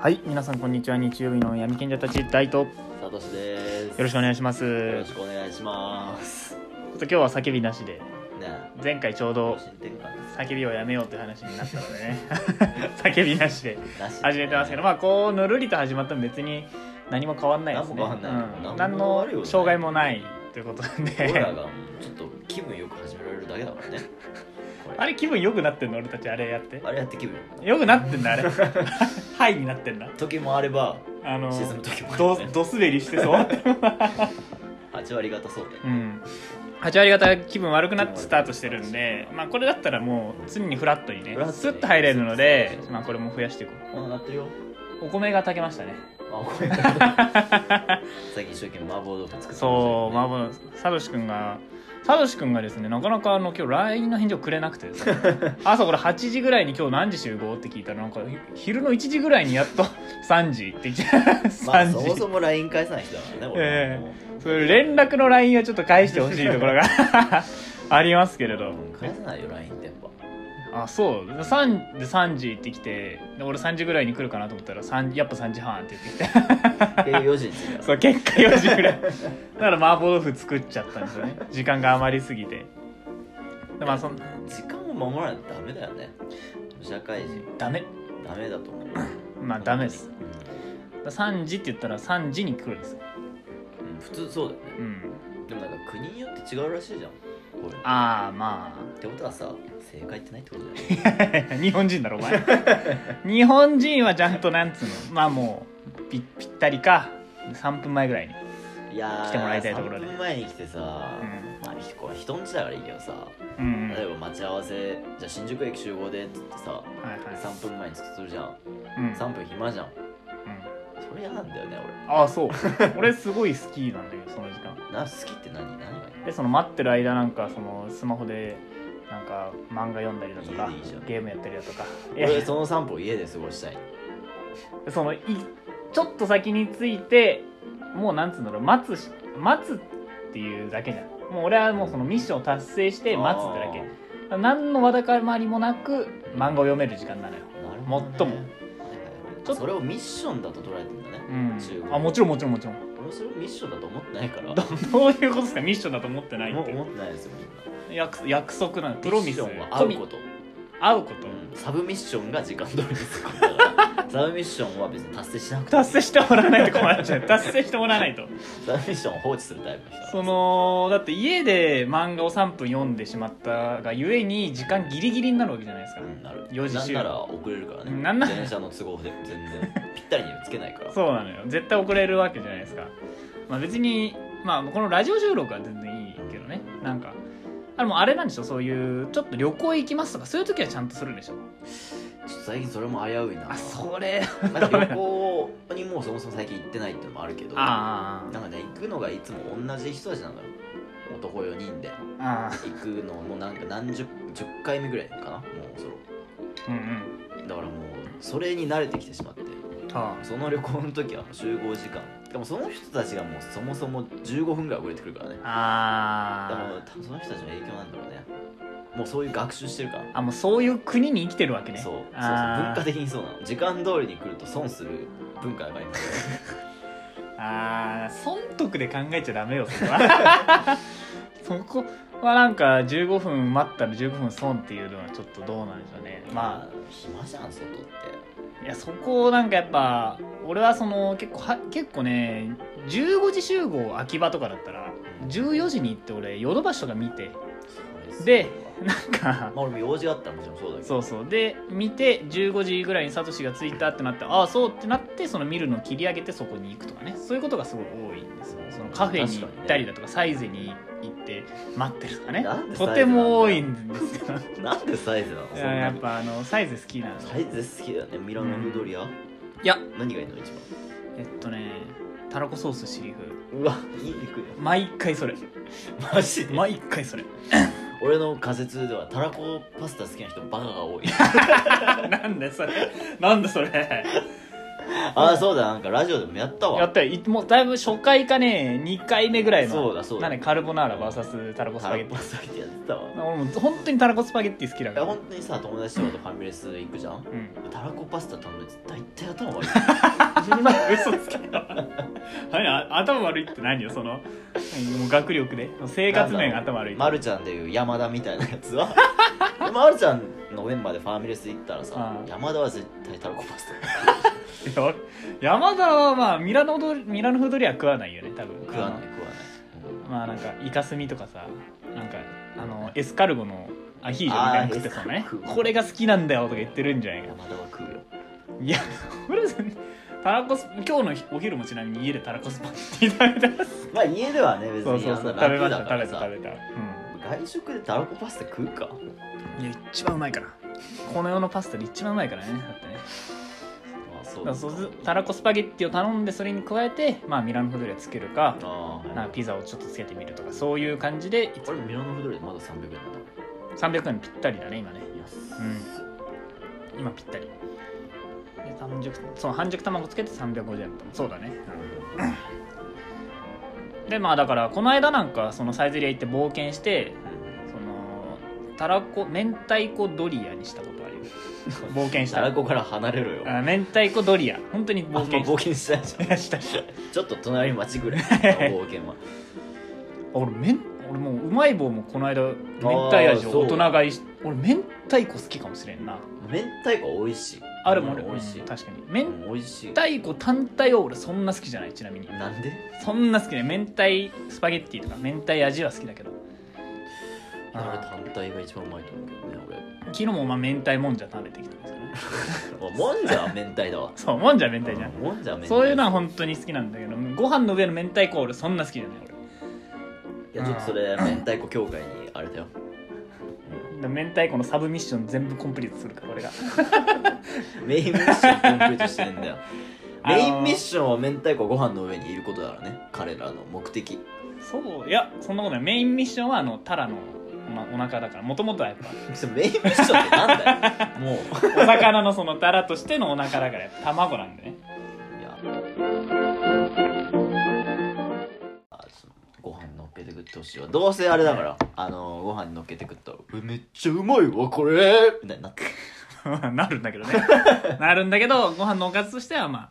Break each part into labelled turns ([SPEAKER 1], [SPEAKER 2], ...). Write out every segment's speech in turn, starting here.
[SPEAKER 1] はい、皆さんこんにちは。日曜日の闇賢者たち大とよ
[SPEAKER 2] サトシです。
[SPEAKER 1] ろしくお願いします。
[SPEAKER 2] よ
[SPEAKER 1] ち
[SPEAKER 2] ろしくお願いします。
[SPEAKER 1] ょっと今日は叫びなしで、
[SPEAKER 2] ね、
[SPEAKER 1] 前回ちょう
[SPEAKER 2] 方
[SPEAKER 1] ど
[SPEAKER 2] 針転換
[SPEAKER 1] 叫びをやめようって話になったのでね、 叫びなしで
[SPEAKER 2] なし。
[SPEAKER 1] 始めてますけど、まあこうぬるりと始まっても別に何も変わんないですね。
[SPEAKER 2] 何も変わんな
[SPEAKER 1] う
[SPEAKER 2] い
[SPEAKER 1] ん何
[SPEAKER 2] 何も
[SPEAKER 1] の
[SPEAKER 2] 悪いことない
[SPEAKER 1] 障害もないということ
[SPEAKER 2] 俺ら
[SPEAKER 1] で、
[SPEAKER 2] がちょっと気分よく始められるだけだからね。こ
[SPEAKER 1] あれ気分良くなってんの俺たちあれやって。
[SPEAKER 2] あれやって気分よくな
[SPEAKER 1] 良
[SPEAKER 2] る
[SPEAKER 1] くなってん だあれ。はいになってんだ。
[SPEAKER 2] 時もあれば、
[SPEAKER 1] あの、
[SPEAKER 2] 沈む時もあ
[SPEAKER 1] ど
[SPEAKER 2] る、ね。
[SPEAKER 1] ど滑りしてそう。
[SPEAKER 2] 8割方そうで。
[SPEAKER 1] うん、8割方気分悪くなってスタートしてるんで、まあ、これだったらもう常にフラットにね
[SPEAKER 2] フラットに
[SPEAKER 1] スッと入れるので
[SPEAKER 2] そう、そう
[SPEAKER 1] まあ、これも増やしていこ
[SPEAKER 2] もうなってるよ。
[SPEAKER 1] うお米が炊けましたね
[SPEAKER 2] あ、お米最近一生懸命麻婆豆腐作ってましたけ
[SPEAKER 1] そ
[SPEAKER 2] ど
[SPEAKER 1] う
[SPEAKER 2] ね
[SPEAKER 1] まあまあサトシ君がサトシ君がですねなかなかあの今日 LINE の返事をくれなくてですね 朝これ8時ぐらいに今日何時集合って聞いたらなんかひ昼の1時ぐらいにやっと 3時って来て
[SPEAKER 2] まあ、
[SPEAKER 1] 3
[SPEAKER 2] そも
[SPEAKER 1] 時
[SPEAKER 2] そも LINE 返さない人だからね、俺
[SPEAKER 1] え
[SPEAKER 2] もう
[SPEAKER 1] それ連絡の LINE をちょっと返してほしいところが ありますけれど
[SPEAKER 2] 返さないよ、LINE ってやっぱ。
[SPEAKER 1] あそうで3で3時って来てで俺3時ぐらいに来るかなと思ったら3やっぱ3時半って言ってきて
[SPEAKER 2] で、4時に着い た
[SPEAKER 1] そう結果4時ぐらいだから麻婆豆腐作っちゃったんですよね時間が余りすぎてでまあそん
[SPEAKER 2] 時間を守らないとダメだよね。社会人、
[SPEAKER 1] ダメ
[SPEAKER 2] ダメだと思う。
[SPEAKER 1] まあダメですだから3時って言ったら3時に来るんですよ、
[SPEAKER 2] うん普通そうだよね
[SPEAKER 1] うん、
[SPEAKER 2] でもなんか国によって違うらしいじゃんこれっ
[SPEAKER 1] ああま
[SPEAKER 2] てことはさ正解ってないってことだよね
[SPEAKER 1] あ日本人だろお前日本人はちゃんとなんつうのまあもうぴぴったりか3分前ぐらいに、
[SPEAKER 2] いやー
[SPEAKER 1] 来てもらいたいところで
[SPEAKER 2] 3分前に来てさ、
[SPEAKER 1] うん
[SPEAKER 2] まあ、ひこれ人んちだからいいけどさ
[SPEAKER 1] うんうん、は
[SPEAKER 2] 例え
[SPEAKER 1] い
[SPEAKER 2] ば待ち合わせじゃあ新宿駅集合でっつってさ
[SPEAKER 1] は
[SPEAKER 2] 3分前に着くとするじゃん
[SPEAKER 1] い、うん
[SPEAKER 2] 3分暇じゃん
[SPEAKER 1] うん
[SPEAKER 2] それ嫌なんだよね
[SPEAKER 1] ああそう俺すごい好きなんだけどその時間
[SPEAKER 2] 俺な好きって何何がいい
[SPEAKER 1] でその待ってる間なんかそのスマホでなんか漫画読んだりだとか
[SPEAKER 2] 家でいいじゃん
[SPEAKER 1] ゲームやったりだとか
[SPEAKER 2] 俺
[SPEAKER 1] い
[SPEAKER 2] その散歩を家で過ごしたい
[SPEAKER 1] やそのいちょっと先についてもうなんつうんだろう待つし待つっていうだけじゃんもう俺はもうそのミッションを達成して待つってだけ
[SPEAKER 2] け
[SPEAKER 1] 何のわだかまりもなく漫画を読める時間なのよ
[SPEAKER 2] なるほど、ね、
[SPEAKER 1] 最も
[SPEAKER 2] はいはい
[SPEAKER 1] ちょっと
[SPEAKER 2] はいそれをミッションだと捉えてんだね
[SPEAKER 1] うん
[SPEAKER 2] 中国
[SPEAKER 1] あもちろんもちろんも ちろん
[SPEAKER 2] 俺それをミッションだと思ってないか
[SPEAKER 1] ど
[SPEAKER 2] ら
[SPEAKER 1] どういうことですかミッションだと思ってない
[SPEAKER 2] も
[SPEAKER 1] っ
[SPEAKER 2] う
[SPEAKER 1] て
[SPEAKER 2] 思ってないですよみんな
[SPEAKER 1] 約約束なのプロミス
[SPEAKER 2] ミッションは会うこと、
[SPEAKER 1] 会うこと、
[SPEAKER 2] サブミッションが時間通りにすることだからサブミッションは別に達成しなくてもいい
[SPEAKER 1] 達成してもらわないと困っちゃう達成してもらわないと
[SPEAKER 2] サブミッションを放置するタイプの人
[SPEAKER 1] そのだって家で漫画を3分読んでしまったがゆえに時間ギリギリになるわけじゃないですか、
[SPEAKER 2] うんなる
[SPEAKER 1] 四時
[SPEAKER 2] な
[SPEAKER 1] 集
[SPEAKER 2] んなら遅れるからね
[SPEAKER 1] なんなら
[SPEAKER 2] 電車の都合で全然ぴったりにつけないから
[SPEAKER 1] そうなのよ絶対遅れるわけじゃないですか、まあ、別に、まあ、このラジオ収録は全然いいけどねなんかあれもうあれなんでしょそういうちょっと旅行行きますとかそういう時はちゃんとするんでしょ
[SPEAKER 2] ちょっと最近それも危ういな
[SPEAKER 1] あそれ
[SPEAKER 2] なんか旅行にもうそもそも最近行ってないってのもあるけどな
[SPEAKER 1] あ
[SPEAKER 2] んかね行くのがいつも同じ人たちなのよ男4人で
[SPEAKER 1] あああ
[SPEAKER 2] 行くのもなんか何十10回目ぐらいかなもうそろ
[SPEAKER 1] うんうん
[SPEAKER 2] だからもうそれに慣れてきてしまって
[SPEAKER 1] は
[SPEAKER 2] その旅行の時は集合時間でもその人たちがもうそもそも15分ぐらい遅れてくるからね
[SPEAKER 1] ああ
[SPEAKER 2] 多分多分その人たちの影響なんだろうねもうそういう学習してるから、
[SPEAKER 1] あもうそういう国に生きてるわけね
[SPEAKER 2] そうそうそう文
[SPEAKER 1] あー
[SPEAKER 2] 化的にそうなの時間通りに来ると損する文化がありますよね
[SPEAKER 1] あー損得で考えちゃダメよそこはそこはなんか15分待ったら15分損っていうのはちょっとどうなんでしょうねま
[SPEAKER 2] あ暇じゃん外って
[SPEAKER 1] あいやそこをなんかやっぱ俺はその結構は結構ね15時集合秋葉とかだったら14時に行って俺ヨドバシとか見てでなんか
[SPEAKER 2] まあ俺も用事があったらもちろんそうだけど
[SPEAKER 1] そうそうで見て15時ぐらいにサトシが着いたってなってああそうってなってその見るのを切り上げてそこに行くとかねそういうことがすごい多いんですよそのカフェに行ったりだとかサイゼに行って待ってるとかね
[SPEAKER 2] なんでサイゼなんだよ
[SPEAKER 1] とても多いんですけ ど
[SPEAKER 2] なんでサイズなのそん
[SPEAKER 1] いや
[SPEAKER 2] な
[SPEAKER 1] やっ
[SPEAKER 2] に
[SPEAKER 1] ぱあのサイゼ好きなの
[SPEAKER 2] サイズ好きだよねミラノフードリア、
[SPEAKER 1] いや
[SPEAKER 2] 何がいいの一
[SPEAKER 1] えっとねたらこソースシリーフ
[SPEAKER 2] 番うわいい肉よ
[SPEAKER 1] 毎回それ
[SPEAKER 2] マジで
[SPEAKER 1] 毎回それ
[SPEAKER 2] 俺の仮説ではたらこ パスタ好きな人バカが多い
[SPEAKER 1] なんでそれなんでそれ
[SPEAKER 2] ああそうだなんかラジオでもやった
[SPEAKER 1] や
[SPEAKER 2] わ
[SPEAKER 1] ったよいもうだいぶ初回かね2回目ぐらいの
[SPEAKER 2] そうだそうだ
[SPEAKER 1] なんでカルボナーラ VS タラコスパゲッティ
[SPEAKER 2] スパゲッティやってたわ
[SPEAKER 1] 俺もう本当にタラコスパゲッティ好きだ
[SPEAKER 2] い
[SPEAKER 1] か
[SPEAKER 2] や
[SPEAKER 1] ら、
[SPEAKER 2] 本当にさ友達とかとファミレス行くじゃん
[SPEAKER 1] うん、
[SPEAKER 2] たらこパスタ頼むやつ大体頭悪い
[SPEAKER 1] 嘘つけよ何あ 頭悪いって何よその何もう学力で生活面頭悪い
[SPEAKER 2] まるちゃんでいう山田みたいなや つはでもまるちゃんのメンバーでファミレス行ったらさ
[SPEAKER 1] うん
[SPEAKER 2] 山田は絶対たらこパスタ
[SPEAKER 1] いや山田はまあミラノ通りミラノフードリアは食わないよね多分
[SPEAKER 2] 食わな
[SPEAKER 1] あ
[SPEAKER 2] い食わない
[SPEAKER 1] のまあなんかイカスミとかさなんかあのエスカルゴのアヒージョみたいなの食ってそうなね
[SPEAKER 2] あーエスカルゴ
[SPEAKER 1] これが好きなんだよとか言ってるんじゃないか
[SPEAKER 2] 山田は食うよ
[SPEAKER 1] いやこれ全然たらこス今日のお昼もちなみに家でたらこスパゲッティ食べた
[SPEAKER 2] まあ家ではね別
[SPEAKER 1] そう
[SPEAKER 2] に
[SPEAKER 1] そう
[SPEAKER 2] あん
[SPEAKER 1] そ
[SPEAKER 2] な
[SPEAKER 1] う食べま
[SPEAKER 2] 楽
[SPEAKER 1] した食べ
[SPEAKER 2] だか
[SPEAKER 1] た
[SPEAKER 2] らさ
[SPEAKER 1] 食べた、
[SPEAKER 2] 外食でたらこパスタ食うか
[SPEAKER 1] うん、いや一番うまいからこの世のパスタで一番うまいからねだってね
[SPEAKER 2] まあ
[SPEAKER 1] だ
[SPEAKER 2] そ
[SPEAKER 1] から
[SPEAKER 2] う
[SPEAKER 1] そうすたらこスパゲッティを頼んでそれに加えて、まあ、ミラノフードリアつけるか
[SPEAKER 2] ああ
[SPEAKER 1] なんかピザをちょっとつけてみるとかそういう感じでいつ
[SPEAKER 2] 俺ミラノフードリアでまだ300円だっ
[SPEAKER 1] 300円ぴったりだね今ね
[SPEAKER 2] た安
[SPEAKER 1] う今ぴったりで半熟そう半熟卵つけて350円とそうだねでまあだからこの間なんかそのサイゼリア行って冒険してそのたらこ明太子ドリアにしたことあるよ冒険した
[SPEAKER 2] たらこから離れろよ
[SPEAKER 1] あ明太子ドリア本当に
[SPEAKER 2] あ
[SPEAKER 1] 冒
[SPEAKER 2] んま
[SPEAKER 1] 険
[SPEAKER 2] 冒
[SPEAKER 1] し
[SPEAKER 2] 険してないじゃん
[SPEAKER 1] たしたした
[SPEAKER 2] ちょっと隣町ぐらい冒険は
[SPEAKER 1] 俺めん俺もううまい棒もこの間明太味を大人買いし俺明太子好きかもしれんな
[SPEAKER 2] 明太子美味しい
[SPEAKER 1] あるもんね
[SPEAKER 2] 美味しい
[SPEAKER 1] うん確かに明
[SPEAKER 2] うん美味しい
[SPEAKER 1] 太子単体は俺そんな好きじゃないちなみに
[SPEAKER 2] なんで
[SPEAKER 1] そんな好きね明太スパゲッティとか明太味は好きだけど
[SPEAKER 2] あれ
[SPEAKER 1] あ
[SPEAKER 2] 単体が一番うまいと思うけどね
[SPEAKER 1] 昨日もまあ明太もんじゃ食べてきたんですよね
[SPEAKER 2] 俺もんじゃ明太だわ
[SPEAKER 1] そうもんじゃ明太じゃん
[SPEAKER 2] もんじゃ明太
[SPEAKER 1] そういうのは本当に好きなんだけどご飯の上の明太子は俺そんな好きじゃない俺
[SPEAKER 2] いやちょっとそれ明太子協会にあれだ
[SPEAKER 1] だ
[SPEAKER 2] よ
[SPEAKER 1] から明太子のサブミッション全部コンプリートするから俺が
[SPEAKER 2] メインミッションコンプリートしてるんだよ
[SPEAKER 1] あのー
[SPEAKER 2] メインミッションは明太子ご飯の上にいることだからね彼らの目的
[SPEAKER 1] そういやそんなことないメインミッションはあのタラの、まあ、お腹だからもともとはやっぱ
[SPEAKER 2] それメインミッションってなんだよもう
[SPEAKER 1] お魚のそのタラとしてのお腹だからやっぱ卵なんでね
[SPEAKER 2] いやあそのご飯乗っけて食ってほしいわどうせあれだからあのーご飯乗っけて食ったら「えめっちゃうまいわこれ」みたいになって
[SPEAKER 1] なるんだけど ねなるんだけどご飯のおかずとしてはまあ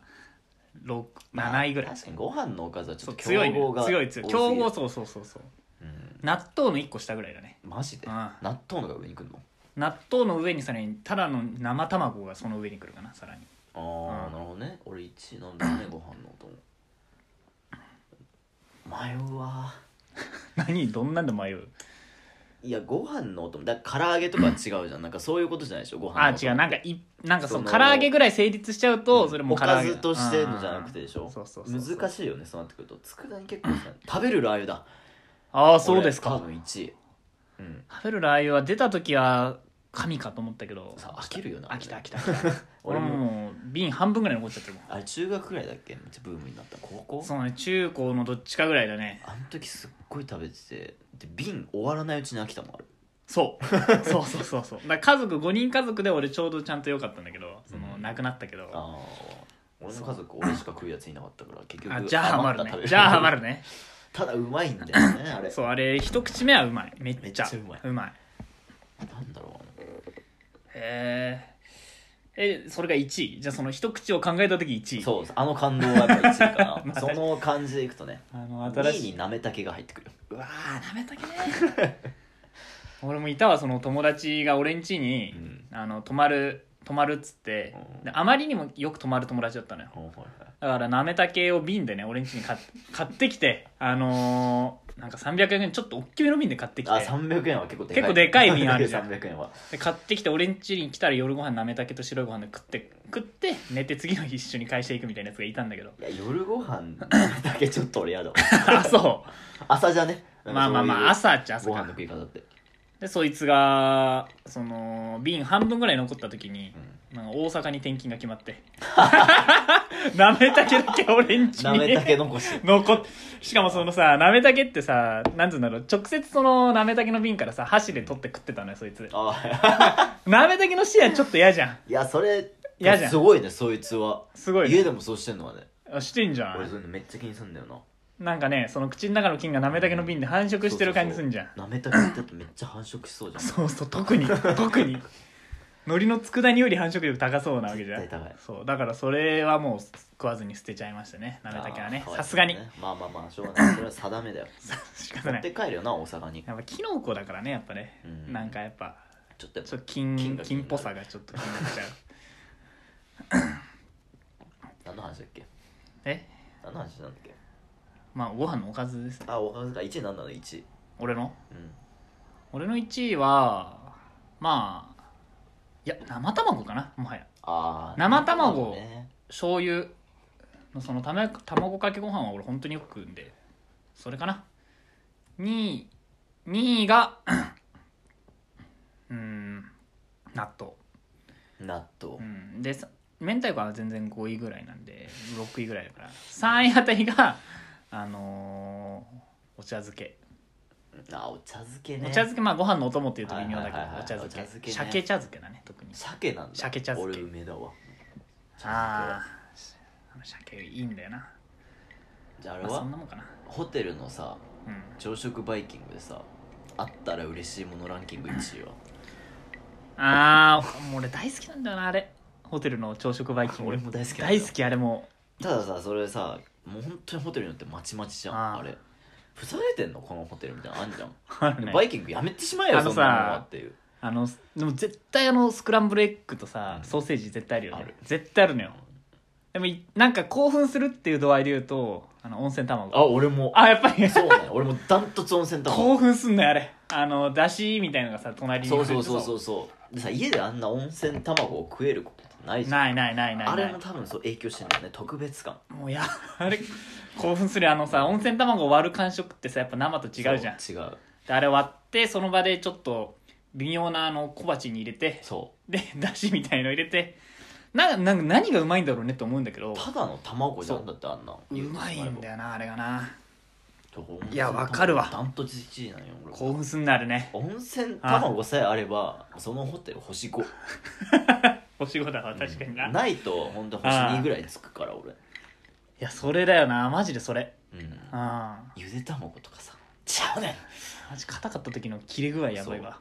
[SPEAKER 1] 6 7位ぐらい
[SPEAKER 2] 確かにご飯のおかずはち
[SPEAKER 1] そ
[SPEAKER 2] ょ
[SPEAKER 1] う
[SPEAKER 2] っと
[SPEAKER 1] 強い、ね、
[SPEAKER 2] が
[SPEAKER 1] 強い強い
[SPEAKER 2] 多す
[SPEAKER 1] 強
[SPEAKER 2] ぎる
[SPEAKER 1] 豪そうそうそうそう
[SPEAKER 2] うん
[SPEAKER 1] 納豆の1個下ぐらいだね
[SPEAKER 2] マジで
[SPEAKER 1] うん
[SPEAKER 2] 納豆のが上に来るの
[SPEAKER 1] 納豆の上にさらにただの生卵がその上に来るかなさらに
[SPEAKER 2] ああ、
[SPEAKER 1] うん
[SPEAKER 2] なるほどね俺1位なんだよねご飯のお供迷うわ
[SPEAKER 1] 何どんなんで迷う
[SPEAKER 2] いやご飯のお供だから唐揚げとかは違うじゃんなんかそういうことじゃないでしょご飯の
[SPEAKER 1] あ
[SPEAKER 2] お供
[SPEAKER 1] 違うなんかいなんかその
[SPEAKER 2] そ
[SPEAKER 1] 唐
[SPEAKER 2] の
[SPEAKER 1] 揚げぐらい成立しちゃうとそれも
[SPEAKER 2] お
[SPEAKER 1] 唐揚げ
[SPEAKER 2] かずとしてのじゃなくてでし
[SPEAKER 1] うん
[SPEAKER 2] ょ
[SPEAKER 1] そうそうそうそう
[SPEAKER 2] 難しいよねそうなってくると佃煮結構さ食べるラー油だ
[SPEAKER 1] ああそうですか
[SPEAKER 2] 俺多分1位うん
[SPEAKER 1] 食べるラー油は出た時は神かと思ったけど
[SPEAKER 2] さ飽きるよな
[SPEAKER 1] 飽きた飽きた飽きた
[SPEAKER 2] 俺
[SPEAKER 1] 俺
[SPEAKER 2] も
[SPEAKER 1] もう瓶半分ぐらい残っちゃってるもん
[SPEAKER 2] あれ中学くらいだっけめっちゃブームになった高校
[SPEAKER 1] そうね中高のどっちかぐらいだね
[SPEAKER 2] あの時すっごい食べててで瓶終わらないうちに飽きたもんある
[SPEAKER 1] そう そうそうそうそうだから家族5人家族で俺ちょうどちゃんと良かったんだけどその
[SPEAKER 2] うん
[SPEAKER 1] なくなったけどあ
[SPEAKER 2] ああ俺の家族俺しか食うやついなかったから結局
[SPEAKER 1] じゃあハマる
[SPEAKER 2] 余った食べ
[SPEAKER 1] ねじゃあハマ
[SPEAKER 2] る
[SPEAKER 1] る ね
[SPEAKER 2] ただうまいんだよねあれ
[SPEAKER 1] そうあれ一口目はうまいめっちゃ
[SPEAKER 2] めっちゃうまいう
[SPEAKER 1] まい
[SPEAKER 2] なんだろう
[SPEAKER 1] へええそれが1位じゃあその一口を考えた時1位
[SPEAKER 2] なそうあの感動はやっぱ1位か
[SPEAKER 1] ま
[SPEAKER 2] な
[SPEAKER 1] あ
[SPEAKER 2] その感じでいくとね
[SPEAKER 1] あの
[SPEAKER 2] 2
[SPEAKER 1] 新
[SPEAKER 2] 位
[SPEAKER 1] しい
[SPEAKER 2] になめたけが入ってくるよ
[SPEAKER 1] うわーなめたけね 俺もいたわその友達が俺ん家に、
[SPEAKER 2] うん
[SPEAKER 1] あの泊まる泊まるっつって、
[SPEAKER 2] うん
[SPEAKER 1] であまりにもよく泊まる友達だったのよ
[SPEAKER 2] はいはい
[SPEAKER 1] だからなめたけを瓶でね俺ん家に買っ 買ってきてあのーなんか300円ちょっと大きめの瓶で買ってきて
[SPEAKER 2] あ300円は結構でかい
[SPEAKER 1] 結構でかい瓶あるじゃん
[SPEAKER 2] 300円は
[SPEAKER 1] で買ってきて俺ん家に来たら夜ご飯なめたけと白いご飯で食って食って寝て次の日一緒に会社行くみたいなやつがいたんだけ ど
[SPEAKER 2] いや夜ご飯だけちょっと俺やだわ
[SPEAKER 1] あそ
[SPEAKER 2] 朝じゃね
[SPEAKER 1] うまあまあまあ
[SPEAKER 2] 朝
[SPEAKER 1] 朝っちゃ朝
[SPEAKER 2] ご飯
[SPEAKER 1] か
[SPEAKER 2] の食い方って
[SPEAKER 1] でそいつがその瓶半分ぐらい残った時に
[SPEAKER 2] う、
[SPEAKER 1] なんか大阪に転勤が決まって なめたけだけ俺ん家
[SPEAKER 2] な
[SPEAKER 1] に
[SPEAKER 2] めたけ残し
[SPEAKER 1] 残っしかもそのさなめたけってさなんつうんだろう直接そのなめたけの瓶からさ箸で取って食ってたのよそいつ
[SPEAKER 2] あ
[SPEAKER 1] なめたけの視野ちょっと嫌じゃん
[SPEAKER 2] いやそれ
[SPEAKER 1] 嫌じゃ
[SPEAKER 2] す
[SPEAKER 1] ん
[SPEAKER 2] ごいねそいつは
[SPEAKER 1] すごい
[SPEAKER 2] 家
[SPEAKER 1] ね
[SPEAKER 2] でもそうしてんのはね
[SPEAKER 1] あしてんじゃ
[SPEAKER 2] 俺
[SPEAKER 1] ん
[SPEAKER 2] そういうのめっちゃ気にすんだよな
[SPEAKER 1] なんかねその口の中の菌がなめたけの瓶で繁殖してる感じすんじゃん
[SPEAKER 2] なめたけだとめっちゃ繁殖しそうじゃん
[SPEAKER 1] そうそう特に特に海苔の佃煮より繁殖力高そうなわけじゃん
[SPEAKER 2] 絶対高い
[SPEAKER 1] そうだからそれはもう食わずに捨てちゃいましたねなめたけはね
[SPEAKER 2] あー
[SPEAKER 1] さすがに
[SPEAKER 2] かわいそうねまあまあまあしょうがないそれは定めだよ
[SPEAKER 1] さ仕方
[SPEAKER 2] 持
[SPEAKER 1] な
[SPEAKER 2] って
[SPEAKER 1] い
[SPEAKER 2] 帰るよな大阪に
[SPEAKER 1] やっぱキノコだからねやっぱね、
[SPEAKER 2] うん
[SPEAKER 1] なんかやっぱ
[SPEAKER 2] ちょっとやっ
[SPEAKER 1] ちょ
[SPEAKER 2] ぱ
[SPEAKER 1] っと金
[SPEAKER 2] 金
[SPEAKER 1] 金
[SPEAKER 2] が
[SPEAKER 1] っぽさがちょっと気にな っちゃう
[SPEAKER 2] 何の話だっけ
[SPEAKER 1] え
[SPEAKER 2] 何の話なんだっけ
[SPEAKER 1] まあご飯のおかずですね
[SPEAKER 2] あおかずか1位何なの1位
[SPEAKER 1] 俺の
[SPEAKER 2] うん
[SPEAKER 1] 俺の1位はまあいや生卵かなもはや
[SPEAKER 2] あー
[SPEAKER 1] 生卵
[SPEAKER 2] ね
[SPEAKER 1] 醤油のそのたま卵かけご飯は俺本当によく食うんでそれかな2位2位がうーん納豆、
[SPEAKER 2] 納豆
[SPEAKER 1] うん、でさ明太子は全然5位ぐらいなんで6位ぐらいだから3位あたりがあのーお茶漬け
[SPEAKER 2] あお茶漬け
[SPEAKER 1] お
[SPEAKER 2] ね
[SPEAKER 1] 茶漬けまあご飯のお供っていうと微妙だけど
[SPEAKER 2] はいはいはいは
[SPEAKER 1] お
[SPEAKER 2] い
[SPEAKER 1] 茶漬
[SPEAKER 2] お茶
[SPEAKER 1] け
[SPEAKER 2] 漬けね
[SPEAKER 1] 鮭茶漬けだね特に
[SPEAKER 2] 鮭なんだ
[SPEAKER 1] 鮭茶漬け
[SPEAKER 2] 俺梅だわ
[SPEAKER 1] あああの鮭いいんだよな、
[SPEAKER 2] じゃああれ
[SPEAKER 1] まあ、そ
[SPEAKER 2] は
[SPEAKER 1] んなもんかな
[SPEAKER 2] ホテルのさ
[SPEAKER 1] うん
[SPEAKER 2] 朝食バイキングでさあったら嬉しいものランキング1位は
[SPEAKER 1] ああもう俺大好きなんだよなあれホテルの朝食バイキング
[SPEAKER 2] 俺も大好きなんだよ
[SPEAKER 1] 大好きあれも
[SPEAKER 2] たださそれさもう本当にホテルによってまちまちじゃん
[SPEAKER 1] あ
[SPEAKER 2] あ
[SPEAKER 1] ー
[SPEAKER 2] れふざけてんのこのホテルみたいなのあんじゃん、
[SPEAKER 1] うある ね
[SPEAKER 2] バイキングやめてしまえよ
[SPEAKER 1] あの
[SPEAKER 2] そ
[SPEAKER 1] さ
[SPEAKER 2] んなものはっていう
[SPEAKER 1] あのでも絶対あのスクランブルエッグとさ
[SPEAKER 2] うん
[SPEAKER 1] ソーセージ絶対あるよね
[SPEAKER 2] ある
[SPEAKER 1] 絶対あるのよでもいなんか興奮するっていう度合いで言うとあの温泉卵
[SPEAKER 2] あ俺も
[SPEAKER 1] あやっぱり
[SPEAKER 2] そうね俺もダントツ温泉卵
[SPEAKER 1] 興奮すんのよあれあのだしみたいのがさ隣に
[SPEAKER 2] そうそうそうそううそうでさ家であんな温泉卵を食えることってないじゃん
[SPEAKER 1] ないないないないない
[SPEAKER 2] あれも多分そう影響してんだよね特別感
[SPEAKER 1] もうやあれ興奮するよあのさ温泉卵を割る感触ってさやっぱ生と違うじゃん
[SPEAKER 2] そう違う
[SPEAKER 1] であれ割ってその場でちょっと微妙なあの小鉢に入れて
[SPEAKER 2] そ
[SPEAKER 1] で だしみたいの入れてななんか何がうまいんだろうねって思うんだけど
[SPEAKER 2] うただの卵じゃ
[SPEAKER 1] そうん
[SPEAKER 2] だってあんな
[SPEAKER 1] うまいんだよなあれがな
[SPEAKER 2] そう
[SPEAKER 1] いやわかるわ
[SPEAKER 2] ダントツ1位なんよ俺
[SPEAKER 1] 興奮すんなあれね
[SPEAKER 2] 温泉卵さえあればそのホテル星5
[SPEAKER 1] お仕事は確かにな、
[SPEAKER 2] うん
[SPEAKER 1] い
[SPEAKER 2] ないと本当星
[SPEAKER 1] あー
[SPEAKER 2] 2ぐらいつくから俺
[SPEAKER 1] やそれだよなマジでそれ
[SPEAKER 2] うん
[SPEAKER 1] うんマ
[SPEAKER 2] ゆで卵とかさちゃうねん
[SPEAKER 1] ジ硬かった時の切れ具合やばいわ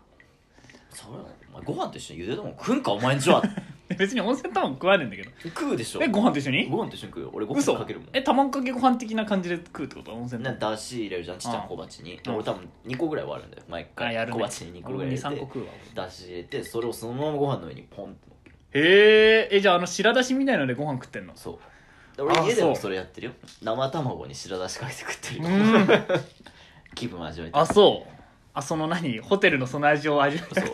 [SPEAKER 2] それはお前ご飯と一緒にゆで卵食うんかお前んちは
[SPEAKER 1] 別に温泉卵食わねえんだけど
[SPEAKER 2] 食うでしょ
[SPEAKER 1] えご飯と一緒に
[SPEAKER 2] ご飯と一緒に食うよ俺ご飯
[SPEAKER 1] 嘘
[SPEAKER 2] かけるもん
[SPEAKER 1] え卵かけご飯的な感じで食うってこと温泉
[SPEAKER 2] な
[SPEAKER 1] 卵
[SPEAKER 2] だし入れるじゃんちっちゃな小鉢に
[SPEAKER 1] うん
[SPEAKER 2] 俺多分2個ぐらいはあるんだよ毎
[SPEAKER 1] あ
[SPEAKER 2] 回
[SPEAKER 1] やる、
[SPEAKER 2] 小
[SPEAKER 1] ね、
[SPEAKER 2] 鉢に2個ぐらい
[SPEAKER 1] 俺も
[SPEAKER 2] 入
[SPEAKER 1] 23
[SPEAKER 2] れ
[SPEAKER 1] 個
[SPEAKER 2] て
[SPEAKER 1] 食うわ
[SPEAKER 2] だし入れてそれをそのままご飯の上にポンって乗っける
[SPEAKER 1] 俺へーえじゃああの白だしみたいのでご飯食ってんの
[SPEAKER 2] そうで俺家で
[SPEAKER 1] あ
[SPEAKER 2] も
[SPEAKER 1] そう
[SPEAKER 2] それやってるよ生卵に白だしかけて食ってる
[SPEAKER 1] う
[SPEAKER 2] よ
[SPEAKER 1] ん
[SPEAKER 2] 気分味わえて
[SPEAKER 1] あそうあその何ホテルのその味を味わ
[SPEAKER 2] そう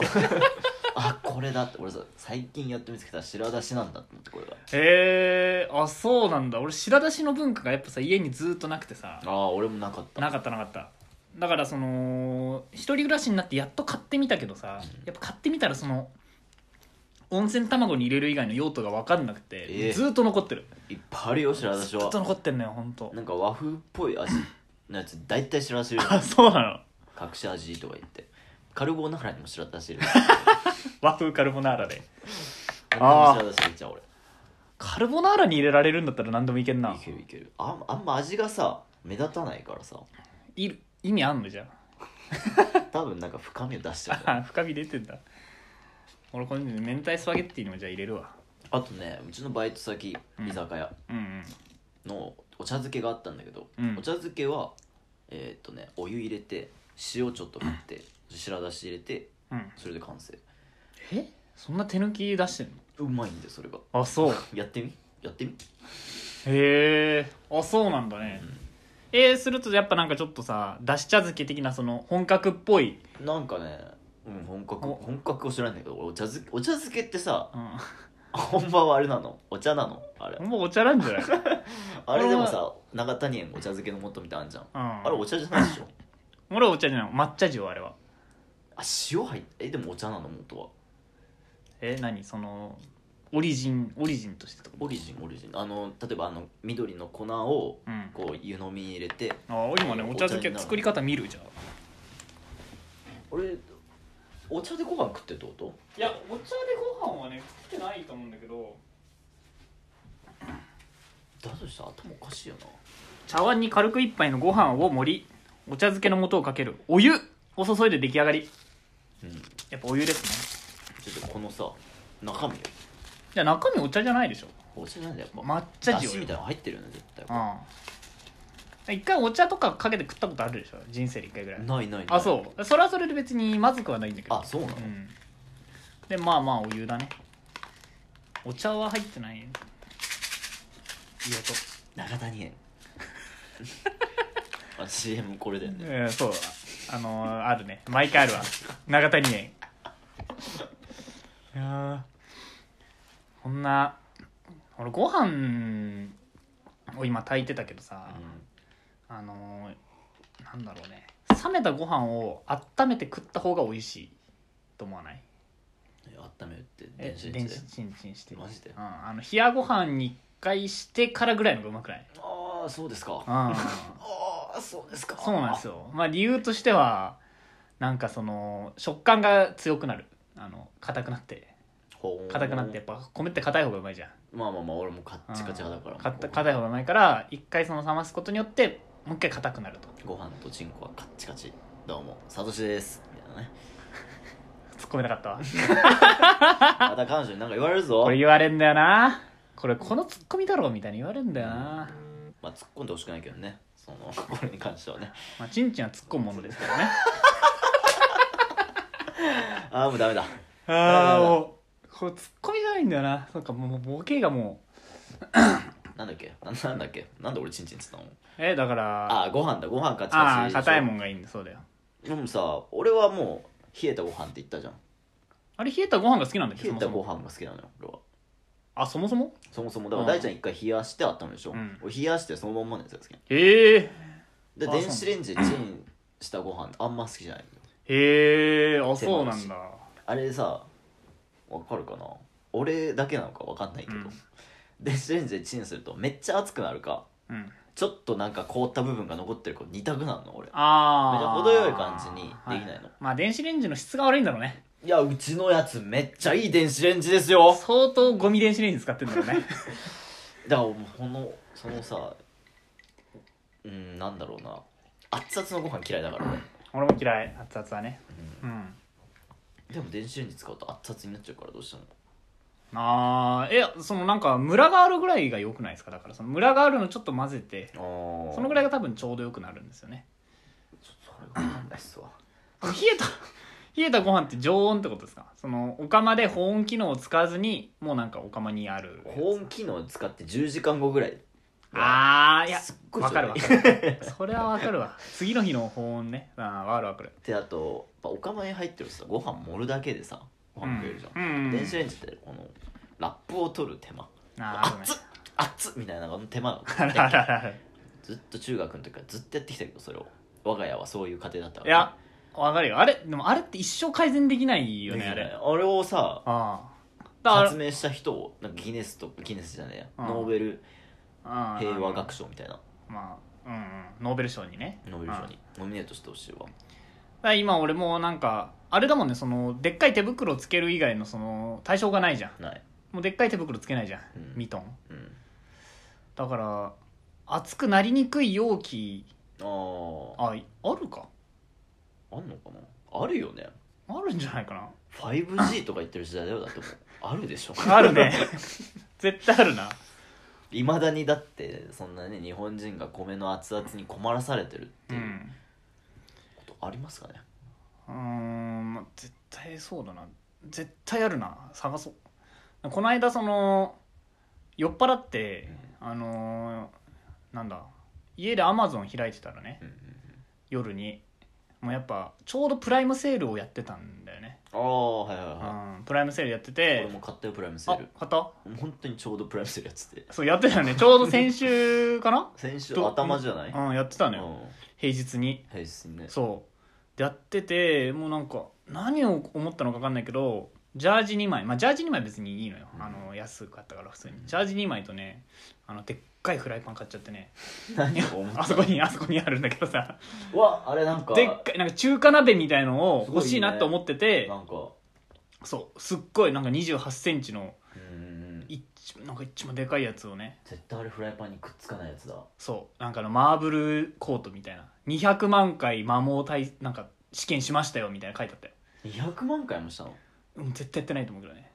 [SPEAKER 2] あこれだって俺さ最近やって見つけた白だしなんだって思ってこれが
[SPEAKER 1] へえあそうなんだ俺白だしの文化がやっぱさ家にずっとなくてさ
[SPEAKER 2] ああ俺もなかった
[SPEAKER 1] なかったなかっただからその一人暮らしになってやっと買ってみたけどさ
[SPEAKER 2] うん
[SPEAKER 1] やっぱ買ってみたらその温泉卵に入れる以外の用途が分かんなくて、
[SPEAKER 2] ええ
[SPEAKER 1] ずっと残ってる
[SPEAKER 2] いっぱいあるよ白だし
[SPEAKER 1] ずっ
[SPEAKER 2] は
[SPEAKER 1] と残ってんのよほんと
[SPEAKER 2] なんか和風っぽい味のやつ大体白だし入れる
[SPEAKER 1] あそうなの
[SPEAKER 2] 隠し味とか言ってカルボナーラにも白だし入れる
[SPEAKER 1] 和風カルボナーラで
[SPEAKER 2] 何でも白だし入れちゃう俺
[SPEAKER 1] カルボナーラに入れられるんだったら何でもいけんない
[SPEAKER 2] けるいけるあんあんま味がさ目立たないからさ
[SPEAKER 1] い意味あんのじゃん
[SPEAKER 2] 多分なんか深みを出してる
[SPEAKER 1] あ深み出てんだ俺これ明太スパゲッティにもじゃあ入れるわ
[SPEAKER 2] あとねうちのバイト先
[SPEAKER 1] ん
[SPEAKER 2] 居酒屋
[SPEAKER 1] うん
[SPEAKER 2] のお茶漬けがあったんだけど、
[SPEAKER 1] うん
[SPEAKER 2] お茶漬けはえーっとねお湯入れて塩ちょっと振って白だし入れて
[SPEAKER 1] うんうん
[SPEAKER 2] それで完成
[SPEAKER 1] えそんな手抜き出してん
[SPEAKER 2] うまいんでそれが
[SPEAKER 1] のあそう
[SPEAKER 2] やってみやってみ
[SPEAKER 1] へえあそうなんだね、えー、するとやっぱなんかちょっとさだし茶漬け的なその本格っぽい、
[SPEAKER 2] なんかねうん本格
[SPEAKER 1] お
[SPEAKER 2] 本格を知らないんだけど俺お茶漬けお茶漬けってさ
[SPEAKER 1] うん、
[SPEAKER 2] 本場はあれなのお茶なのあれ
[SPEAKER 1] もうお茶なんじゃ ない、うん、
[SPEAKER 2] あれでもさ長谷園お茶漬けの素みたいなのあんじゃんあれお茶じゃないでしょ
[SPEAKER 1] 俺はお茶じゃない抹茶塩あれは
[SPEAKER 2] あ塩入ってえでもお茶なの元は
[SPEAKER 1] え何そのオリジンオリジンとしてってこと
[SPEAKER 2] オリジンオリジンあの例えばあの緑の粉を
[SPEAKER 1] うん
[SPEAKER 2] こう湯飲みに入れて
[SPEAKER 1] あ今ねお茶漬け作り方見るじゃん
[SPEAKER 2] 俺お茶でご飯食ってってこと
[SPEAKER 1] いやお茶でご飯はね食ってないと思うんだけど
[SPEAKER 2] だとしたら頭おかしいよな
[SPEAKER 1] 茶碗に軽く一杯のご飯を盛りお茶漬けの素をかけるお湯を注いで出来上がり
[SPEAKER 2] うん
[SPEAKER 1] やっぱお湯ですね
[SPEAKER 2] ちょっとこのさ中身よ
[SPEAKER 1] じゃあ中身お茶じゃないでしょ
[SPEAKER 2] お茶なんだよやっぱ
[SPEAKER 1] 抹茶
[SPEAKER 2] だし
[SPEAKER 1] 塩
[SPEAKER 2] み
[SPEAKER 1] よ
[SPEAKER 2] たいなの入ってるよね絶対
[SPEAKER 1] うん一回お茶とかかけて食ったことあるでしょ人生で一回ぐらい
[SPEAKER 2] ないないない
[SPEAKER 1] あそうそれはそれで別にまずくはないんだけど
[SPEAKER 2] あそうなの
[SPEAKER 1] うんでまあまあお湯だねお茶は入ってないいい
[SPEAKER 2] 長 谷園あ CM これだよ
[SPEAKER 1] 音
[SPEAKER 2] ね
[SPEAKER 1] うんそうだあのーあるね毎回あるわ長谷園いやーこんな俺ご飯を今炊いてたけどさ、あのーなんだろうね冷めたご飯を温めて食った方が美味しいと思わない
[SPEAKER 2] うん温めるって
[SPEAKER 1] え
[SPEAKER 2] 電子レン
[SPEAKER 1] 電
[SPEAKER 2] ジで
[SPEAKER 1] 子チンチンして
[SPEAKER 2] マジで
[SPEAKER 1] うん、あの冷やご飯に一回してからぐらいのがうまく ない
[SPEAKER 2] ああそうですか
[SPEAKER 1] う
[SPEAKER 2] あ
[SPEAKER 1] ん
[SPEAKER 2] あそうですか
[SPEAKER 1] そうなんです
[SPEAKER 2] よ
[SPEAKER 1] よまあ理由としてはなんかその食感が強くなるあの硬くなって硬くなってやっぱ米って硬い方がうまいじゃん
[SPEAKER 2] まあまあまあ俺もカッチカチ派だから
[SPEAKER 1] かた硬い方がうまいから一回その冷ますことによってもう一回硬くなると
[SPEAKER 2] ご飯とチンコはカッチカチどうもサトシですみたい なね
[SPEAKER 1] 突っ込めなかったわ
[SPEAKER 2] また彼女に何か言われるぞ
[SPEAKER 1] これ言われんだよなこれこのツッコミだろみたいに言われんだよな
[SPEAKER 2] まあ突っ込んでほしくないけどねそのこれに関してはね
[SPEAKER 1] まあちんちんは突っ込むものですからね
[SPEAKER 2] ああもうダメだ
[SPEAKER 1] ああもうこれツッコミじゃないんだよなそうかもうもうボケがも
[SPEAKER 2] なんだっけななんだっけなんで俺チンチンっつったの
[SPEAKER 1] うえだからあ
[SPEAKER 2] ああご飯だご飯カチカチ
[SPEAKER 1] あー硬いも
[SPEAKER 2] ん
[SPEAKER 1] んがいいんだそうだよ
[SPEAKER 2] でもさ俺はもう冷えたご飯って言ったじゃん
[SPEAKER 1] あれ冷えたご飯が好きなんだっけ
[SPEAKER 2] 冷えた
[SPEAKER 1] そも
[SPEAKER 2] ご
[SPEAKER 1] そも
[SPEAKER 2] 飯が好きなのよ俺は
[SPEAKER 1] あそもそも
[SPEAKER 2] そもそもだか
[SPEAKER 1] うん
[SPEAKER 2] ら大ちゃん一回冷やしてあったのでしょ、
[SPEAKER 1] うん
[SPEAKER 2] 俺冷やしてそのまんまのやつが好きなの
[SPEAKER 1] へえ
[SPEAKER 2] で
[SPEAKER 1] あ
[SPEAKER 2] 電子レンジでチンしたご飯あんま好きじゃないんだよ
[SPEAKER 1] へえあ
[SPEAKER 2] 手間
[SPEAKER 1] そう
[SPEAKER 2] だ
[SPEAKER 1] な
[SPEAKER 2] し
[SPEAKER 1] んだ
[SPEAKER 2] あれさわかるかな俺だけなのかわかんないけど、
[SPEAKER 1] うん
[SPEAKER 2] 電子レンジでチンするとめっちゃ熱くなるか
[SPEAKER 1] うん
[SPEAKER 2] ちょっとなんか凍った部分が残ってるか2択なの俺めっちゃ
[SPEAKER 1] ああ
[SPEAKER 2] 程よい感じにできないの、
[SPEAKER 1] まあ電子レンジの質が悪いんだろうね
[SPEAKER 2] い、やうちのやつめっちゃいい電子レンジですよ
[SPEAKER 1] 相当ゴミ電子レンジ使ってんだろう ね
[SPEAKER 2] だからもうこのそのさうんなんだろうな熱々のご飯嫌いだから俺
[SPEAKER 1] 俺も嫌い熱々はねうん
[SPEAKER 2] でも電子レンジ使うと熱々になっちゃうからどうしても
[SPEAKER 1] ああえそのなんかムラがあるぐらいが良くないですかだからそのムラがあるのちょっと混ぜて
[SPEAKER 2] あ
[SPEAKER 1] そのぐ
[SPEAKER 2] ら
[SPEAKER 1] らい
[SPEAKER 2] い
[SPEAKER 1] が多分ちょうど良くなるんですよね
[SPEAKER 2] ちょっとそれが分かんないっすわ
[SPEAKER 1] 冷えた 冷えたご飯って常温ってことですかそのお釜で保温機能を使わずにもうなんかお釜にある
[SPEAKER 2] 保温機能使って10時間後ぐらい
[SPEAKER 1] ああいや
[SPEAKER 2] すっごい
[SPEAKER 1] わかるわかる それはわかるわ次の日の保温ねああわかるわかる
[SPEAKER 2] であとやっぱお釜に入ってるとさご飯盛るだけでさご飯食えるじゃん、
[SPEAKER 1] うんうん
[SPEAKER 2] 電子レンジってこのラップを取る手間
[SPEAKER 1] あーあるね
[SPEAKER 2] 熱っ熱っみたいなのの手間が
[SPEAKER 1] あるあるある
[SPEAKER 2] ずっと中学の時からずっとやってきたけどそれを我が家はそういう家庭だったか
[SPEAKER 1] い
[SPEAKER 2] ら
[SPEAKER 1] やわかるよあれでもあれって一生改善できないよ
[SPEAKER 2] ね
[SPEAKER 1] ねあ
[SPEAKER 2] あれ
[SPEAKER 1] れ
[SPEAKER 2] あれをさ
[SPEAKER 1] ああだから
[SPEAKER 2] 発明した人をなんかギネスとギネスじゃねえや、
[SPEAKER 1] うん
[SPEAKER 2] ノーベル
[SPEAKER 1] ああ
[SPEAKER 2] 平和学賞みたいな
[SPEAKER 1] まあ、うんうん、ノーベル賞にね
[SPEAKER 2] ノーベル賞にノミネートしてほしいわ
[SPEAKER 1] だから今俺もなんかあれだもんねそのでっかい手袋つける以外のその対象がないじゃん
[SPEAKER 2] ない
[SPEAKER 1] もうでっかい手袋つけないじゃん、
[SPEAKER 2] うん
[SPEAKER 1] ミトン
[SPEAKER 2] うん
[SPEAKER 1] だから熱くなりにくい容器
[SPEAKER 2] あー
[SPEAKER 1] あいあるか
[SPEAKER 2] あんのかなあるよね
[SPEAKER 1] あるんじゃないかな
[SPEAKER 2] 5G とか言ってる時代だよだってもうあるでしょ
[SPEAKER 1] あるね絶対あるない
[SPEAKER 2] まだにだってそんなね日本人が米の熱々に困らされてるって
[SPEAKER 1] う
[SPEAKER 2] いうんことありますかね、
[SPEAKER 1] うーんまあ絶対そうだな絶対あるな探そうこの間その酔っ払ってあのーなんだ家でアマゾン開いてたらね
[SPEAKER 2] うんうん
[SPEAKER 1] 夜にもうやっぱちょうどプライムセールをやってたんだよね、
[SPEAKER 2] ああはいはいは
[SPEAKER 1] うん、プライムセールやって
[SPEAKER 2] い
[SPEAKER 1] て
[SPEAKER 2] 俺も買ったよプライムセ
[SPEAKER 1] あ
[SPEAKER 2] ー
[SPEAKER 1] 買
[SPEAKER 2] ル
[SPEAKER 1] った
[SPEAKER 2] もう本当にちょうどプライムセールやってて
[SPEAKER 1] そうやってたよねちょうど先週か な
[SPEAKER 2] 先週
[SPEAKER 1] ど
[SPEAKER 2] 頭じゃない、
[SPEAKER 1] うんやってた
[SPEAKER 2] う
[SPEAKER 1] の
[SPEAKER 2] ん
[SPEAKER 1] よ、平日に
[SPEAKER 2] 平日にね
[SPEAKER 1] そうやっててもうなんか何を思ったのか分かんないけどジャージ2枚まあジャージ2枚別にいいのよ、
[SPEAKER 2] うん
[SPEAKER 1] あの安かったから普通にジャージ2枚とねあのでっかいフライパン買っちゃってね
[SPEAKER 2] 何を思った
[SPEAKER 1] あそこにあそこにあるんだけどさ
[SPEAKER 2] うわあれなんか
[SPEAKER 1] でっかいなんか中華鍋みたいのを
[SPEAKER 2] すごいね
[SPEAKER 1] 欲しいなと思ってて、
[SPEAKER 2] なんか
[SPEAKER 1] そうすっごいなんか2 8ンチの
[SPEAKER 2] うんうん
[SPEAKER 1] 一なんか一番でかいやつをね
[SPEAKER 2] 絶対あれフライパンにくっつかないやつだ
[SPEAKER 1] そうなんかあのマーブルコートみたいな200万回摩耗対なんか試験しましたよみたいな書いてあったよ
[SPEAKER 2] 200万回もしたの
[SPEAKER 1] うん絶対やってないと思うけどね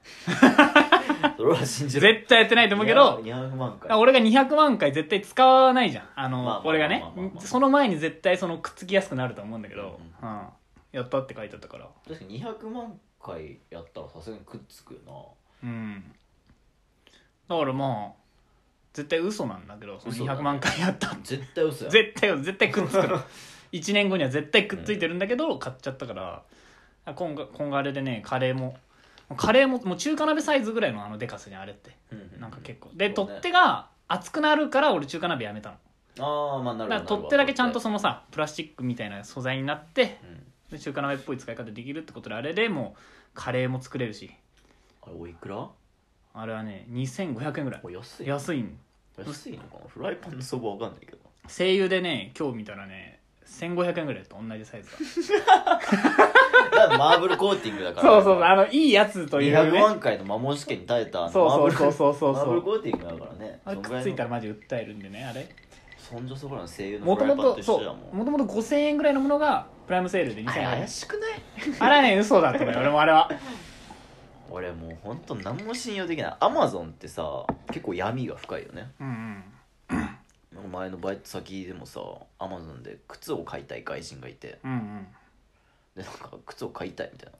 [SPEAKER 2] それは信じる
[SPEAKER 1] 絶対やってないと思うけど
[SPEAKER 2] 200万回
[SPEAKER 1] 俺が200万回絶対使わないじゃんあの、
[SPEAKER 2] まあまあまあ
[SPEAKER 1] 俺がね
[SPEAKER 2] まあまあまあ
[SPEAKER 1] その前に絶対そのくっつきやすくなると思うんだけど、うんやったって書いてあったから
[SPEAKER 2] 確かに200万回やったらさすがにくっつくよ
[SPEAKER 1] うんだからまあ絶対嘘なんだけどその
[SPEAKER 2] 嘘だね
[SPEAKER 1] 200万回やったって
[SPEAKER 2] な絶対嘘やん
[SPEAKER 1] 絶対よ絶対くっつくの1年後には絶対くっついてるんだけど、買っちゃったから今後今後あれでねカレーもカレーももう中華鍋サイズぐらいのあのでかさにあれって
[SPEAKER 2] うんうんうん
[SPEAKER 1] なんか結構で、
[SPEAKER 2] そう
[SPEAKER 1] 取
[SPEAKER 2] ね
[SPEAKER 1] っ手が熱くなるから俺中華鍋やめたの
[SPEAKER 2] ああまあな
[SPEAKER 1] だ
[SPEAKER 2] る
[SPEAKER 1] か
[SPEAKER 2] ほ
[SPEAKER 1] ら
[SPEAKER 2] ど
[SPEAKER 1] 取っ手だけちゃんとそのさプラスチックみたいな素材になって
[SPEAKER 2] うん
[SPEAKER 1] で中華鍋っぽい使い方できるってことであれでもうカレーも作れるし
[SPEAKER 2] あれおいくら
[SPEAKER 1] あれはね2500円ぐらい
[SPEAKER 2] お安い
[SPEAKER 1] 安いん
[SPEAKER 2] 安いのかなフライパンの相場わかんないけど
[SPEAKER 1] 声優でね今日見たらね1500円ぐらいと同じサイズが
[SPEAKER 2] だからマーブルコーティン グだから
[SPEAKER 1] そうそうそうあのいいやつという
[SPEAKER 2] 200
[SPEAKER 1] ね
[SPEAKER 2] 万回の摩耗試験に耐えたあの
[SPEAKER 1] そうそう
[SPEAKER 2] マーブル
[SPEAKER 1] そうそうそうそう
[SPEAKER 2] マーブルコーティングだからね
[SPEAKER 1] あれくっついた
[SPEAKER 2] ら
[SPEAKER 1] らマジ訴えるんでねあれ
[SPEAKER 2] そんじょそこらの声優の
[SPEAKER 1] も
[SPEAKER 2] フ
[SPEAKER 1] と
[SPEAKER 2] ラ
[SPEAKER 1] も
[SPEAKER 2] イパンと
[SPEAKER 1] と
[SPEAKER 2] 一緒
[SPEAKER 1] そ
[SPEAKER 2] だ
[SPEAKER 1] う
[SPEAKER 2] もん
[SPEAKER 1] もともと5000円ぐらいのものがプライムセールで
[SPEAKER 2] あ
[SPEAKER 1] 2000
[SPEAKER 2] れ
[SPEAKER 1] 円あ
[SPEAKER 2] 怪
[SPEAKER 1] れ
[SPEAKER 2] しくない
[SPEAKER 1] あれはね嘘だと思うよ俺もあれは
[SPEAKER 2] 俺もうほんと何も信用できないアマゾンってさ結構闇が深いよね
[SPEAKER 1] うんうん
[SPEAKER 2] 前のバイト先でもさアマゾンで靴を買いたい外人がいて
[SPEAKER 1] うんうん
[SPEAKER 2] でなんか靴を買いたいみたいな、
[SPEAKER 1] うん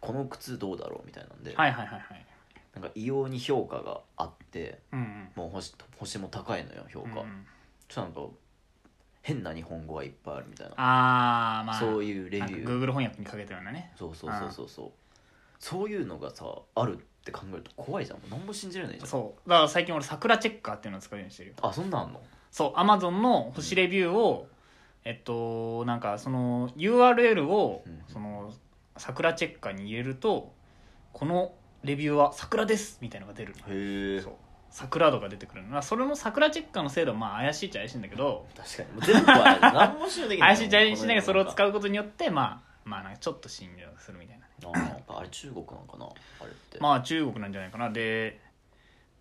[SPEAKER 2] この靴どうだろうみたいなんで、
[SPEAKER 1] はいはいはいはい
[SPEAKER 2] なんか異様に評価があって
[SPEAKER 1] うんうん
[SPEAKER 2] もう星星も高いのよ評価、
[SPEAKER 1] うんうん
[SPEAKER 2] ちょっとなんか変な日本語がいっぱいあるみたいな
[SPEAKER 1] ああまあ
[SPEAKER 2] そういうレ
[SPEAKER 1] なん
[SPEAKER 2] ビ
[SPEAKER 1] か
[SPEAKER 2] ュー
[SPEAKER 1] Google 翻訳にかけたようなね
[SPEAKER 2] そうそうそうそうそうそういうのがさあるって考えると怖いじゃんもう何も信じられないじゃん
[SPEAKER 1] そうだから最近俺桜チェッカーっていうのを使うようにしてるよ
[SPEAKER 2] あそんなんあんの
[SPEAKER 1] そうアマゾンの星レビューを、えっとなんかその URL を、
[SPEAKER 2] うん
[SPEAKER 1] その桜チェッカーに入れるとこのレビューは桜ですみたいなのが出る
[SPEAKER 2] へえ
[SPEAKER 1] そう桜度が出てくるのまあそれも桜チェッカーの精度はまあ怪しいっちゃ怪しいんだけど
[SPEAKER 2] 確かにもう全部怪しい何も信用できな
[SPEAKER 1] 怪
[SPEAKER 2] い
[SPEAKER 1] しいっちゃ怪しいんだけどそれを
[SPEAKER 2] う
[SPEAKER 1] 使うことによってまあまあなんかちょっと信用するみたいな
[SPEAKER 2] あーやっぱあれ中国なんかなあれって
[SPEAKER 1] まあ中国なんじゃないかなで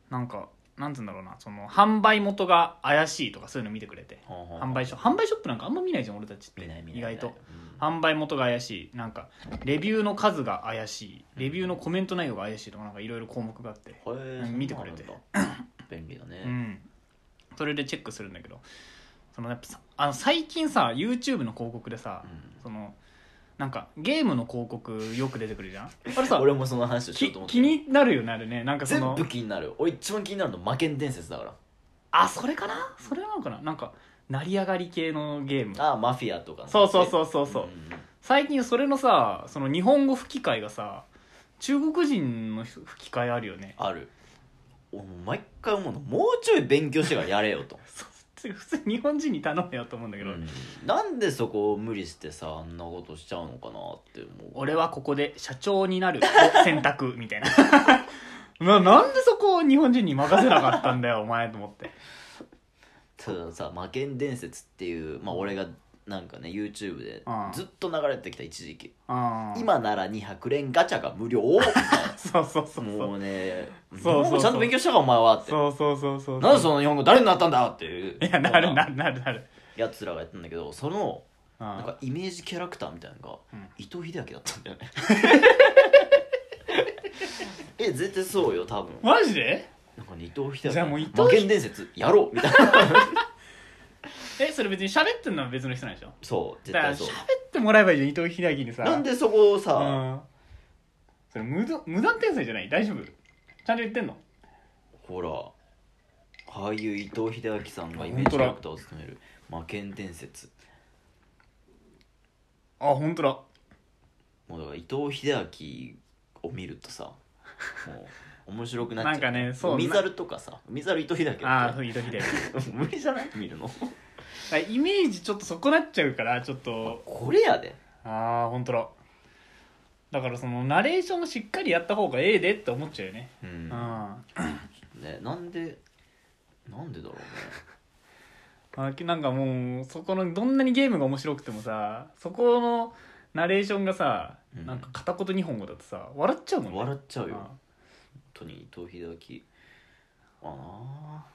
[SPEAKER 1] なんかなんつうんだろうなその販売元が怪しいとかそういうの見てくれて
[SPEAKER 2] はんはん
[SPEAKER 1] 販売ショップ販売ショップなんかあんま見ないじゃん俺たちって
[SPEAKER 2] 見ない見ない
[SPEAKER 1] 意外と
[SPEAKER 2] うん
[SPEAKER 1] 販売元が怪しいなんかレビューの数が怪しいレビューのコメント内容が怪しいとかなんかいろいろ項目があって
[SPEAKER 2] へえ
[SPEAKER 1] 見てくれて
[SPEAKER 2] そうなんだ 便利だ
[SPEAKER 1] う
[SPEAKER 2] ね
[SPEAKER 1] んそれでチェックするんだけどそのやっぱさあの最近さ YouTube の広告でさ
[SPEAKER 2] うん
[SPEAKER 1] そのなんかゲームの広告よく出てくるじゃんあれさ
[SPEAKER 2] 俺もその話をしよ
[SPEAKER 1] き
[SPEAKER 2] うと思って
[SPEAKER 1] 気になるよねあれねなんかそ
[SPEAKER 2] 全
[SPEAKER 1] の
[SPEAKER 2] 部気になる俺一番気になるの魔剣伝説だから
[SPEAKER 1] あそれかなそれなのかななんか成り上がり系のゲーム
[SPEAKER 2] ああマフィアとかの
[SPEAKER 1] そうそうそうそうそう、
[SPEAKER 2] ん
[SPEAKER 1] 最近それのさその日本語吹き替えがさ中国人の吹き替えあるよね
[SPEAKER 2] ある俺もう毎回思うのもうちょい勉強してからやれよ と
[SPEAKER 1] そ普通日本人に頼めよと思うんだけど、
[SPEAKER 2] なんでそこを無理してさあんなことしちゃうのかなって思う
[SPEAKER 1] 俺はここで社長になる 選択みたいな ななんでそこを日本人に任せなかったん だよお前と思って
[SPEAKER 2] たださ「魔剣伝説」っていう、まあ、俺がなんかね YouTube で
[SPEAKER 1] うん
[SPEAKER 2] ずっと流れてきた一時期、
[SPEAKER 1] あー
[SPEAKER 2] 今なら200連ガチャが無料
[SPEAKER 1] そうそうそうそう
[SPEAKER 2] もうね
[SPEAKER 1] そう
[SPEAKER 2] 日本語ちゃんと勉強したかお前はって
[SPEAKER 1] そうそうそうそう
[SPEAKER 2] なんでその日本語誰になったんだっていう
[SPEAKER 1] いやなるなるなるなる
[SPEAKER 2] やつらがやったんだけどその
[SPEAKER 1] うん
[SPEAKER 2] なんかイメージキャラクターみたいなのが
[SPEAKER 1] うん
[SPEAKER 2] 伊藤英明だったんだよね え絶対そうよ多分
[SPEAKER 1] マジで
[SPEAKER 2] なんかね伊藤英明
[SPEAKER 1] じゃあもう伊藤
[SPEAKER 2] 魔剣伝説やろうみたいな
[SPEAKER 1] えそれ別に喋ってんのは別の人なんでしょ
[SPEAKER 2] そう絶
[SPEAKER 1] だから
[SPEAKER 2] 対そ
[SPEAKER 1] 喋っ
[SPEAKER 2] う
[SPEAKER 1] てもらえばいいじゃん伊藤英明にさ
[SPEAKER 2] なんでそこを
[SPEAKER 1] う
[SPEAKER 2] さ
[SPEAKER 1] んそれ無断無断転載じゃない大丈夫ちゃんと言ってんの
[SPEAKER 2] ほらああいう伊藤英明さんがイメージキャラクターを務める魔剣伝説
[SPEAKER 1] あ本当だ
[SPEAKER 2] もうだから伊藤英明を見るとさもう面白くなっちゃう
[SPEAKER 1] なんかねそう
[SPEAKER 2] 海猿とかさ海猿伊藤英明
[SPEAKER 1] ああ
[SPEAKER 2] だ
[SPEAKER 1] ー
[SPEAKER 2] っ
[SPEAKER 1] そう伊藤英明
[SPEAKER 2] て無理じゃない見るの
[SPEAKER 1] あイメージちょっと損なっちゃうからちょっと
[SPEAKER 2] これやで
[SPEAKER 1] ああ本当だだからそのナレーションをしっかりやった方がええでって思っちゃうよね
[SPEAKER 2] うん
[SPEAKER 1] あ
[SPEAKER 2] ねなんでなんでだろうね
[SPEAKER 1] あなんかもうそこのどんなにゲームが面白くてもさそこのナレーションがさ、
[SPEAKER 2] うん
[SPEAKER 1] なんか片言日本語だとさ笑っちゃうもんね
[SPEAKER 2] 笑っちゃうよ
[SPEAKER 1] あ
[SPEAKER 2] 本当に伊藤英明まあな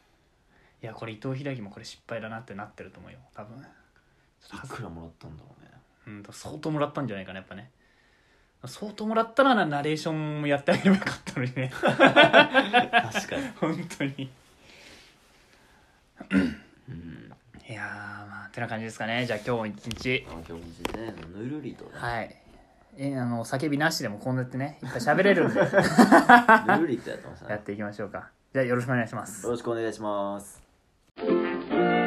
[SPEAKER 2] い
[SPEAKER 1] やこれ伊藤英樹もこれ失敗だなってなってると思うよ多分
[SPEAKER 2] いくらもらったんだろうね
[SPEAKER 1] うん相当もらったんじゃないかなやっぱね相当もらったらなナレーションもやってあげればよかったのにね
[SPEAKER 2] 確かに
[SPEAKER 1] 本当に
[SPEAKER 2] うん
[SPEAKER 1] いやーまあてな感じですかねじゃあ今日も一日
[SPEAKER 2] あ今日も全然ぬるりと ね
[SPEAKER 1] はいえあの叫びなしでもこんなやってねいっぱい喋れ るんで
[SPEAKER 2] ぬるりとやってます
[SPEAKER 1] や
[SPEAKER 2] ね
[SPEAKER 1] っていきましょうかじゃあよろしくお願いします
[SPEAKER 2] よろしくお願いします